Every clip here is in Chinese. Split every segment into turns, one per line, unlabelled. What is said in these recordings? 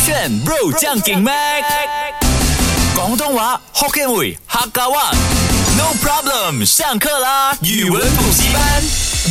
选 bro 将劲 mac，广东话 Hokkien 语客家话。No problem，上课啦！语文补习班。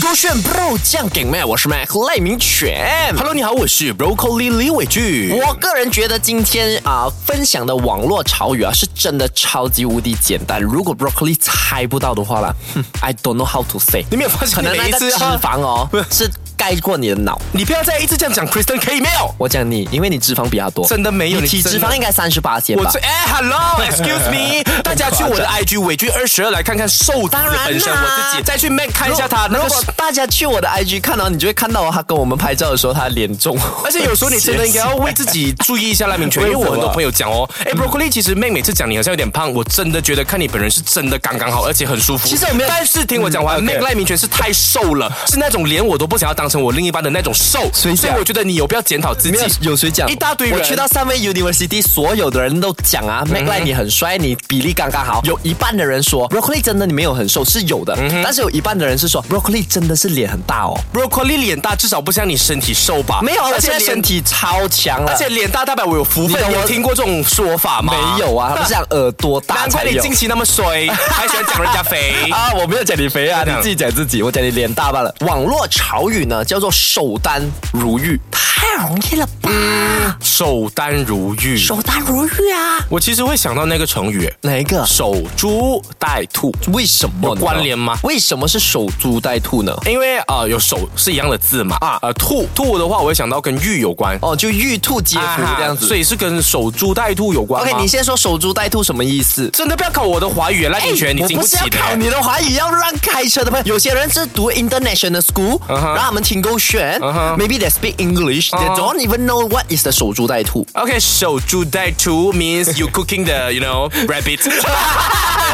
勾选 bro 酱给麦，我是 Mac 赖明全。
Hello，你好，我是 Broccoli 李伟俊。
我个人觉得今天啊、分享的网络潮语啊，是真的超级无敌简单。如果 broccoli 猜不到的话啦，哼，I don't know how to say。
你没有发现
可
你
能
每
那
一
个
次
脂
啊
肪哦
不是，
是盖过你的脑。
你不要再一直这样讲 Kristen 可以没有？
我讲你，因为你脂肪比较多，
真的没有
你
你
体
真
脂
的
肪应该三十八千
我
吧
最。哎，Hello，Excuse me，大家去我的 IG 伟俊二十二来看看瘦子
当然啦
本身，我自己再去 Mac 看一下他
如
那
果
个
如。果大家去我的 IG 看到，你就会看到他跟我们拍照的时候，他脸重。
而且有时候你真的应 该要为自己注意一下赖明权，因为我很多朋友讲哦，
嗯
哎，Broccoli，其实妹每次讲你好像有点胖，我真的觉得看你本人是真的刚刚好，而且很舒服。
其实我没有
但是听我讲完
嗯，OK
，Mac 赖明权是太瘦了，是那种连我都不想要当成我另一半的那种瘦，所
谁讲
以我觉得你有必要检讨自己
啊没有。有谁讲？
一大堆人嗯
我去到三位 University，所有的人都讲啊 m a c l i n 你很帅，你比例刚刚好。有一半的人说 Broccoli 真的你没有很瘦，是有
嗯
的，但是有一半的人是说 Broccoli 真的是脸很大哦。
Broccoli 脸大，至少不像你身体瘦吧？
没有啊，我
而且
现在身
脸，
体超强啊了，
而且脸大代表我有福分
你。懂
你
我
有听过这种说法吗？
没有啊，不是讲耳朵大
难怪
才
你
有。。
近期那么衰，还喜欢讲人家肥
啊，我没有讲你肥啊，你
这样
自己讲自己，我讲你脸大罢了。网络潮语呢，叫做首单如玉，太容易了吧？
嗯守丹如玉，
首单如玉啊，
我其实会想到那个成语，
哪一个？
守株待兔。
为什么呢
有关联吗
为什么是守株待兔呢？
因为呃有手是一样的字嘛
啊
啊，呃兔兔的话我会想到跟玉有关，
哦，就玉兔皆
啊
夫
哈
这样子。
所以是跟守株待兔有关
OK，
吗
你先说守株待兔什么意思？
真的不要考我的华语，赖明哎权你
我
经
不是
起
要
的。
考你的华语，要让开车的朋友。有些人是读 international school，、
嗯哼
让他们听够选、
嗯哼
Maybe they speak English,、they
嗯
don't even know what is the 守株待 兔。
Okay, so to die too means you cooking the, you know, rabbit.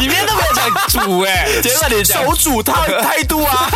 里面都没有讲
煮哎、
结果你讲
手煮态 态度啊，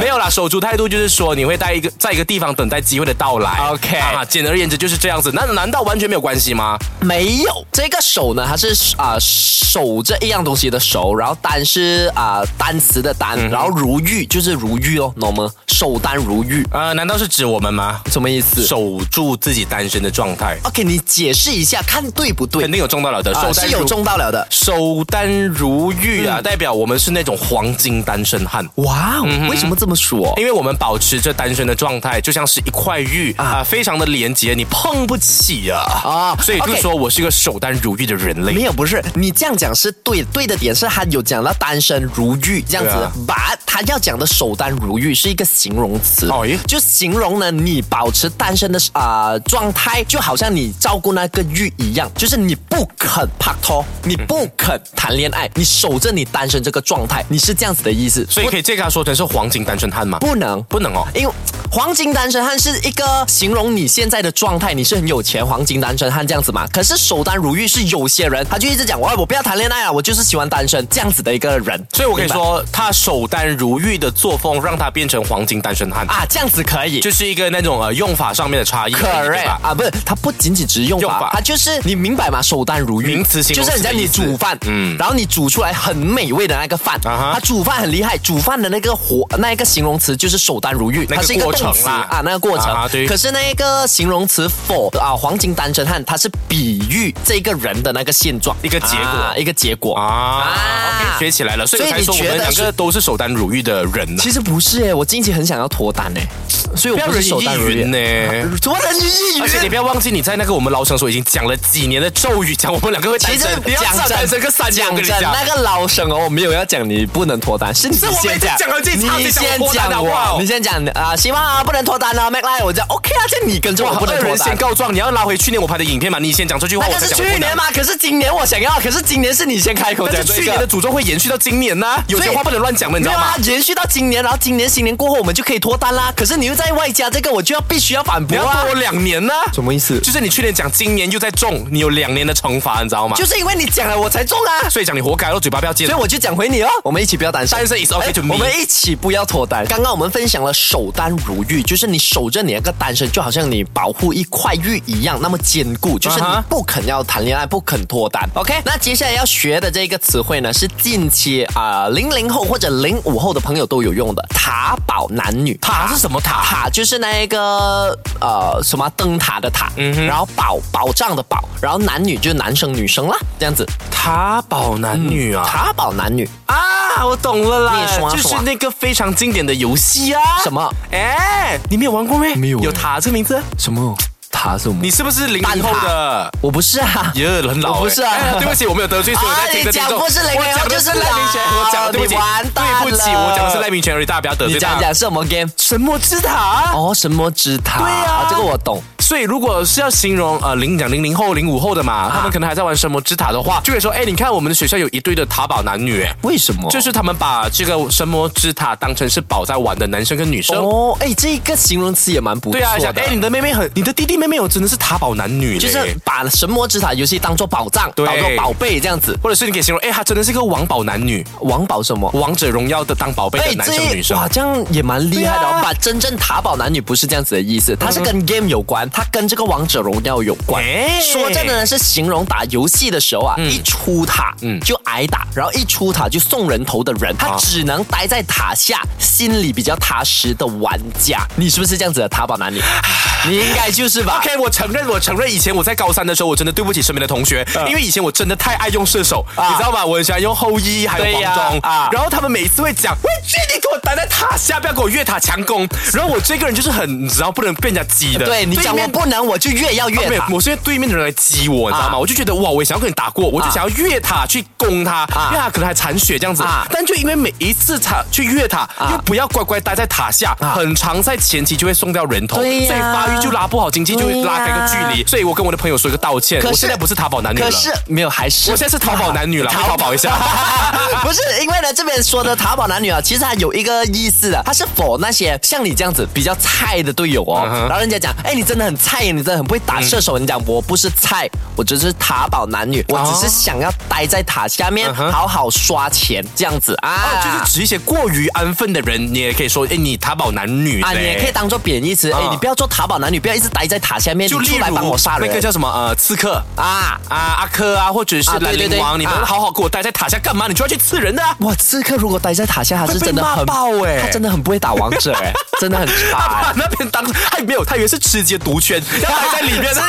没有啦，手煮态度就是说你会在一个在一个地方等待机会的到来。
OK
啊，简而言之就是这样子。那难道完全没有关系吗？
没有，这个手呢，它是啊、守着一样东西的手，然后单是啊、单词的
嗯
单，然后如玉就是如玉哦，懂吗？守单如玉
呃，难道是指我们吗？
什么意思
守住自己单身的状态，
？OK，你解释一下，看对不对
肯？定有中到了的，
啊、
守单
是
如
有中到了的。
守单如玉啊，代表我们是那种黄金单身汉。
哇、哦，
嗯
为什么这么说？
因为我们保持着单身的状态，就像是一块玉啊、非常的廉洁，你碰不起啊
啊
啊！所以就
OK
说我是一个守单如玉的人类
没。有，不是你这样讲是对对的点是他有讲到单身如玉这样子
对啊
把他要讲的首单如玉是一个形容词，
哦咦
就形容呢你保持单身的啊、呃状态，就好像你照顾那个玉一样，就是你不肯拍拖，你不肯谈恋爱，你守着你单身这个状态，你是这样子的意思，
所以可以借给他说成是黄金单身汉吗？
不能
不能哦。
因为哎黄金单身汉是一个形容你现在的状态，你是很有钱，黄金单身汉这样子嘛。可是守单如玉是有些人，他就一直讲，哇，我不要谈恋爱啊，我就是喜欢单身这样子的一个人。
所以我可以
明白
说，他守单如玉的作风，让他变成黄金单身汉，
啊，这样子可以。
就是一个那种呃用法上面的差异而已，对
correct
吧？
啊，不是，它不仅仅只是用
用
法
法，
它就是你明白吗？守单如玉，
名词形
就
容
是
词
人家
的意
你
思
煮饭，嗯，然后你煮出来很美味的那个饭，
啊哈
它煮饭很厉害，煮饭的那个火那一个形容词就是守单如玉，
那个
它是一个
过程
动词
啦
啊，那个过程
啊哈对
可是那个形容词 for 啊，黄金单身汉，它是比喻这个人的那个现状，
一个结果
啊一个结果
啊 o k 学起来了，所以
所
我
以
才
你
说我
觉
们
得
两
是
个都是守单如玉的人呢。
其实不是诶，我近期很想要脱单诶，所以我
不要
不
人
是
云
守单如
亦
玉
云，呢。
怎么人云亦云？
而且你不要忘记，你在那个我们老生所已经讲了几年的咒语，讲我们两个会单
其实
身，你要
讲
知道
真，
单身个三年，我
讲
跟你
真，
讲。
那个老沈哦，我没有要讲你不能脱单，是你
是我每
先
次
讲，
讲我自己超
你
级想
先
脱单的
讲
好不好
我，你先讲啊，希望啊不能脱单啊，Mac Line，我讲 OK 啊，这你跟着我不能
二
脱
人先
单。
告状，你要拉回去年我拍的影片嘛？你先讲这句话，
那
我
个
再
是
讲我不
去
能
年嘛，可是今年我想要，可是今年是你先开口哦讲
但是
这
去年
个。
的诅咒会延续到今年呐、有些
所以
话不能乱讲的，你
没
知
有
道吗
啊？，延续到今年，然后今年新年过后我们就可以脱单啦。可是你又在外加这个，我就要必须要反
你
驳
要
啊
拖。我两年呐、
什么意思
就是你去年讲，今年又在中，你有两年的惩罚，你知道吗？
就是因为你讲了，我才做痛啊！
所以讲你活该咯，嘴巴不要尖
所以。我就讲回你哦，我们一起不要单身，
单身 is okay to me
哎我们一起不要脱单。刚刚我们分享了守单如玉，就是你守着你那个单身，就好像你保护一块玉一样，那么坚固，就是
啊
你
哈
不肯要谈恋爱，不肯脱单。OK，那接下来要学的这个词汇呢，是近期啊零零后或者零五后的朋友都有用的塔保男女。
塔是什么塔？
塔就是那个呃什么灯塔的塔，
嗯
然后保保障的保，然后男女就是男生女生啦，这样子。
塔宝男女啊！
塔保男女
啊，我懂了
嗯你也
啦，
说啊
就是
说啊
那个非常经典的游戏啊。
什么？
哎，你没有玩过咩？
没有
有塔这个名字？
什么塔什么
你是不是零零后的？
我不是啊。
耶，很老欸。
我不是啊
哎对不起，我没有得罪所有在听的听
啊你
众。
讲不是零零后
我讲的
就是
赖明
老
权，我讲的对不起，
你完蛋了
对不起，我讲的是赖明权而已，大家不要得
你
罪
讲
他。
讲什么 game？
神魔之塔。
哦，神魔之塔。
对啊
这个我懂。
所以如果是要形容呃零讲零零后、零五后的嘛，他们可能还在玩神魔之塔的
哦
话，就会说，哎，你看我们的学校有一对的塔宝男女，哎
为什么？
就是他们把这个神魔之塔当成是宝在玩的男生跟女生。
哦，哎，这个形容词也蛮不错
对啊，想
的。
哎，你的妹妹很，你的弟弟妹妹有真的是塔宝男女嘞，
就是把神魔之塔游戏当做宝藏，
对
当做宝贝这样子。
或者是你可以形容，哎，他真的是一个王宝男女，
王宝什么？
王者荣耀的当宝贝的男生女生。
哇，哦哎这样也蛮厉害的、哦
对。啊
把真正塔宝男女不是这样子的意思，它是跟 game 有关，它跟这个王者荣耀有关。
哎
说真的呢，是形容打游戏的时候啊，
嗯
一出塔就挨打，然后一出塔就送人头的人，他
啊
只能待在塔下，心里比较踏实的玩家。你是不是这样子的塔宝男女？你应该就是吧。
OK，我承认，我承认，以前我在高三的时候，我真的对不起身边的同学，因为以前我真的太爱用射手，
嗯啊
你知道吗？我很喜欢用后羿还有
对呀
黄忠，
啊
然后他们每一次会讲，喂，去你给我待在塔下，不要给我越塔强攻。然后我这个人就是很，你知道不能被人家激的，
对你讲我
面
不能，我就越要越
没有
打，。
我是因为对面的人来激我，你知道吗？
啊
我就觉得哇，我也想要跟你打过，我就想要越塔去攻他，因为他可能还残血这样子。
啊
但就因为每一次塔去越塔，又不要乖乖待在塔下，很长在前期就会送掉人头，
啊对呀
所以发育就拉不好，经济就会拉开一个距离。所以我跟我的朋友说一个道歉，
可是
我现在不是塔宝男女了，啊
可是没有，还是
我现在是淘宝男女了，我淘宝一 下。
不是，因为呢，这边说的塔宝男女啊，其实它有一个意思的，它是否那些像你这样子比较菜的队友哦。
嗯
然后人家讲，哎，你真的很菜，你真的很不会打射手。你讲我不是菜，我只是塔宝男女，我
哦
只是想要待在塔下面好好刷钱这样子啊。
啊嗯就是指一些过于安分的人，你也可以说，哎，你塔宝男女
啊，
嘞
你也可以当做贬义词，哎、
啊
你不要做塔宝男女，不要一直待在塔下面，
就
你
例
出
如
来帮我杀人
那个叫什么呃刺客
啊。
啊阿珂啊，或者是
啊对
兰
对
陵
对
王，你们
啊
好好给我待在塔下干嘛？你就要去刺人的、啊。
哇，刺客如果待在塔下，他是真的
会被
很
骂爆哎
他真的很不会打王者哎、 真的很差、
啊，那边当还没有，他以为是吃鸡的毒圈，然后还在里面，
是啊，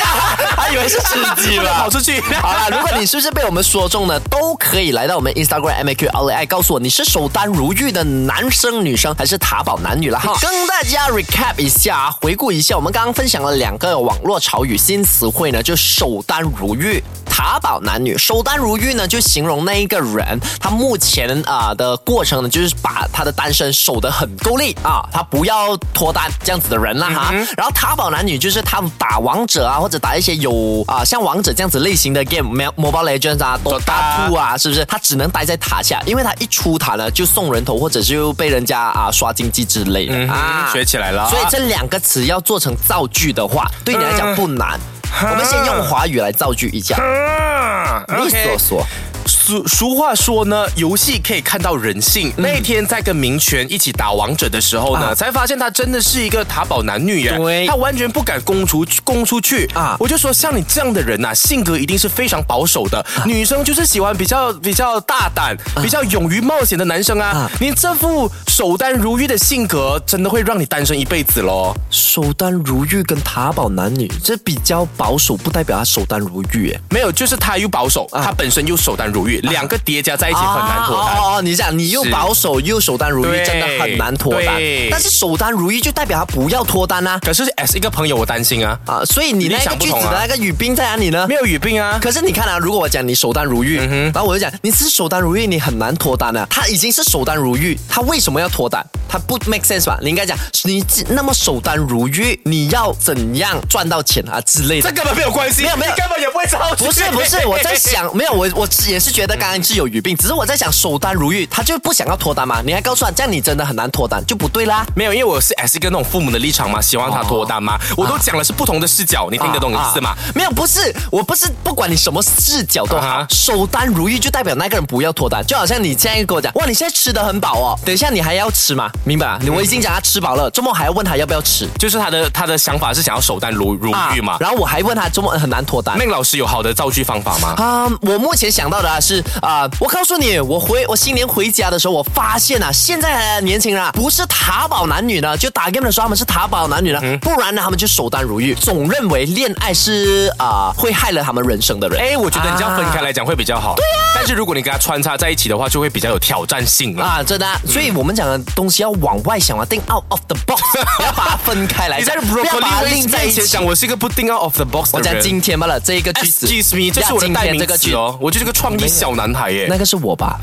他以为是吃鸡
不能
了
跑。出去。
好了，如果你是不是被我们说中呢，都可以来到我们 Instagram M A Q L A I，告诉我你是守单如玉的男生、女生还是塔宝男女了哈。跟大家 recap 一下啊，回顾一下，我们刚刚分享了两个网络潮语新词汇呢，就守单如玉。塔宝男女守单如玉呢，就形容那一个人，他目前啊、的过程呢，就是把他的单身守得很够力啊，他不要脱单这样子的人啦哈。
嗯
然后塔宝男女就是他们打王者啊，或者打一些有啊、像王者这样子类型的 game，Mobile Legends 啊、Dota Two 啊，是不是？他只能待在塔下，因为他一出塔呢就送人头，或者就被人家啊刷经济之类的、啊
啊，。学起来了。
所以这两个词要做成造句的话，对你来讲不难。我们先用华语来造句一下。
啊
你所说，
俗俗话说呢，游戏可以看到人性。那天在跟明权一起打王者的时候呢，
嗯啊
才发现他真的是一个塔宝男女耶，
对
他完全不敢攻出攻出去
啊
啊！我就说像你这样的人呐、啊性格一定是非常保守的，
啊
女生就是喜欢比较比较大胆、比较勇于冒险的男生啊。
啊
你这副守单如玉的性格，真的会让你单身一辈子咯。
守单如玉跟塔宝男女，这比较保守，不代表他守单如玉哎耶。
没有，就是他又保守，
啊
他本身又守单如玉，两个叠加在一起很难脱单。
哦哦，你讲你又
是
保守又守单如玉，
对
真的很难脱单
对。
但是守单如玉就代表他不要脱单啊
可是 as 一个朋友，我担心啊，
啊！所以你那
立
个
场不
句
同
子
啊
的那个语病在哪里呢
没？有嗯语病啊。
可是你看啊，如果我讲你守单如玉，然后我就讲你是守单如玉，你很难脱单啊。他已经是守单如玉，他为什么要脱单？他不 make sense 吧？你应该讲你那么守单如玉，你要怎样赚到钱啊之类的
这。根本没有关系，
没有没有
你根本也不会着急。
不是不是，我在想，没有我我也是觉得刚刚是有语病，只是我在想守单如玉，他就不想要脱单嘛。你还告诉他，这样你真的很难脱单，就不对啦。
没有，因为我是 S 一个那种父母的立场嘛，希望他脱单嘛，我都讲了是不同的视角，你听得懂意思
哦
吗？
啊没有，不是，我不是不管你什么视角都
啊
好
哈，
守单如玉就代表那个人不要脱单，就好像你现在跟我讲，哇，你现在吃的很饱哦，等一下你还要吃吗？
嗯
明白吗？我已经讲他吃饱了，周末还要问他要不要吃啊
就是他的他的想法是想要守单如如玉嘛。
然后我还问他周末很难脱单。
命老师有好的造句方法吗？
啊、我目前想到的啊是啊、我告诉你，我回我新年回家的时候，我发现啊，现在的年轻人啊，不是塔宝男女呢，就打 game 的时候他们是塔宝男女呢，
嗯
不然呢他们就守单如玉，总认为恋爱是啊、会害了他们人生的人。
哎，我觉得你这样分开来讲会比
啊
较好。对呀、但是如果你跟他穿插在一起的话，就会比较有挑战性了。
啊，真的啊、
嗯
所以我们讲的东西要往外想啊，think out of the box，不要把它分开来
你
讲，
在
不要把它
broccoli
拎在一
面前
起
讲。我是一个不 think out of the box
我
的
讲
人。
今天罢了，这一个句子
Excuse me，这是我的
呀今
代
天
名
这个句
词哦，我就是个创意小男孩耶
那。个是我 吧？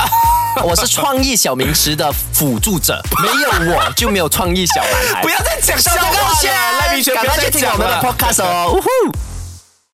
我是创意小名词的辅助者，没有我就没有创意小男孩。
不要再讲笑
上
话
这个
了
线，
赖明轩，
赶
不要
快
再
去听
讲
我们的
了。
podcast 哦。呜呼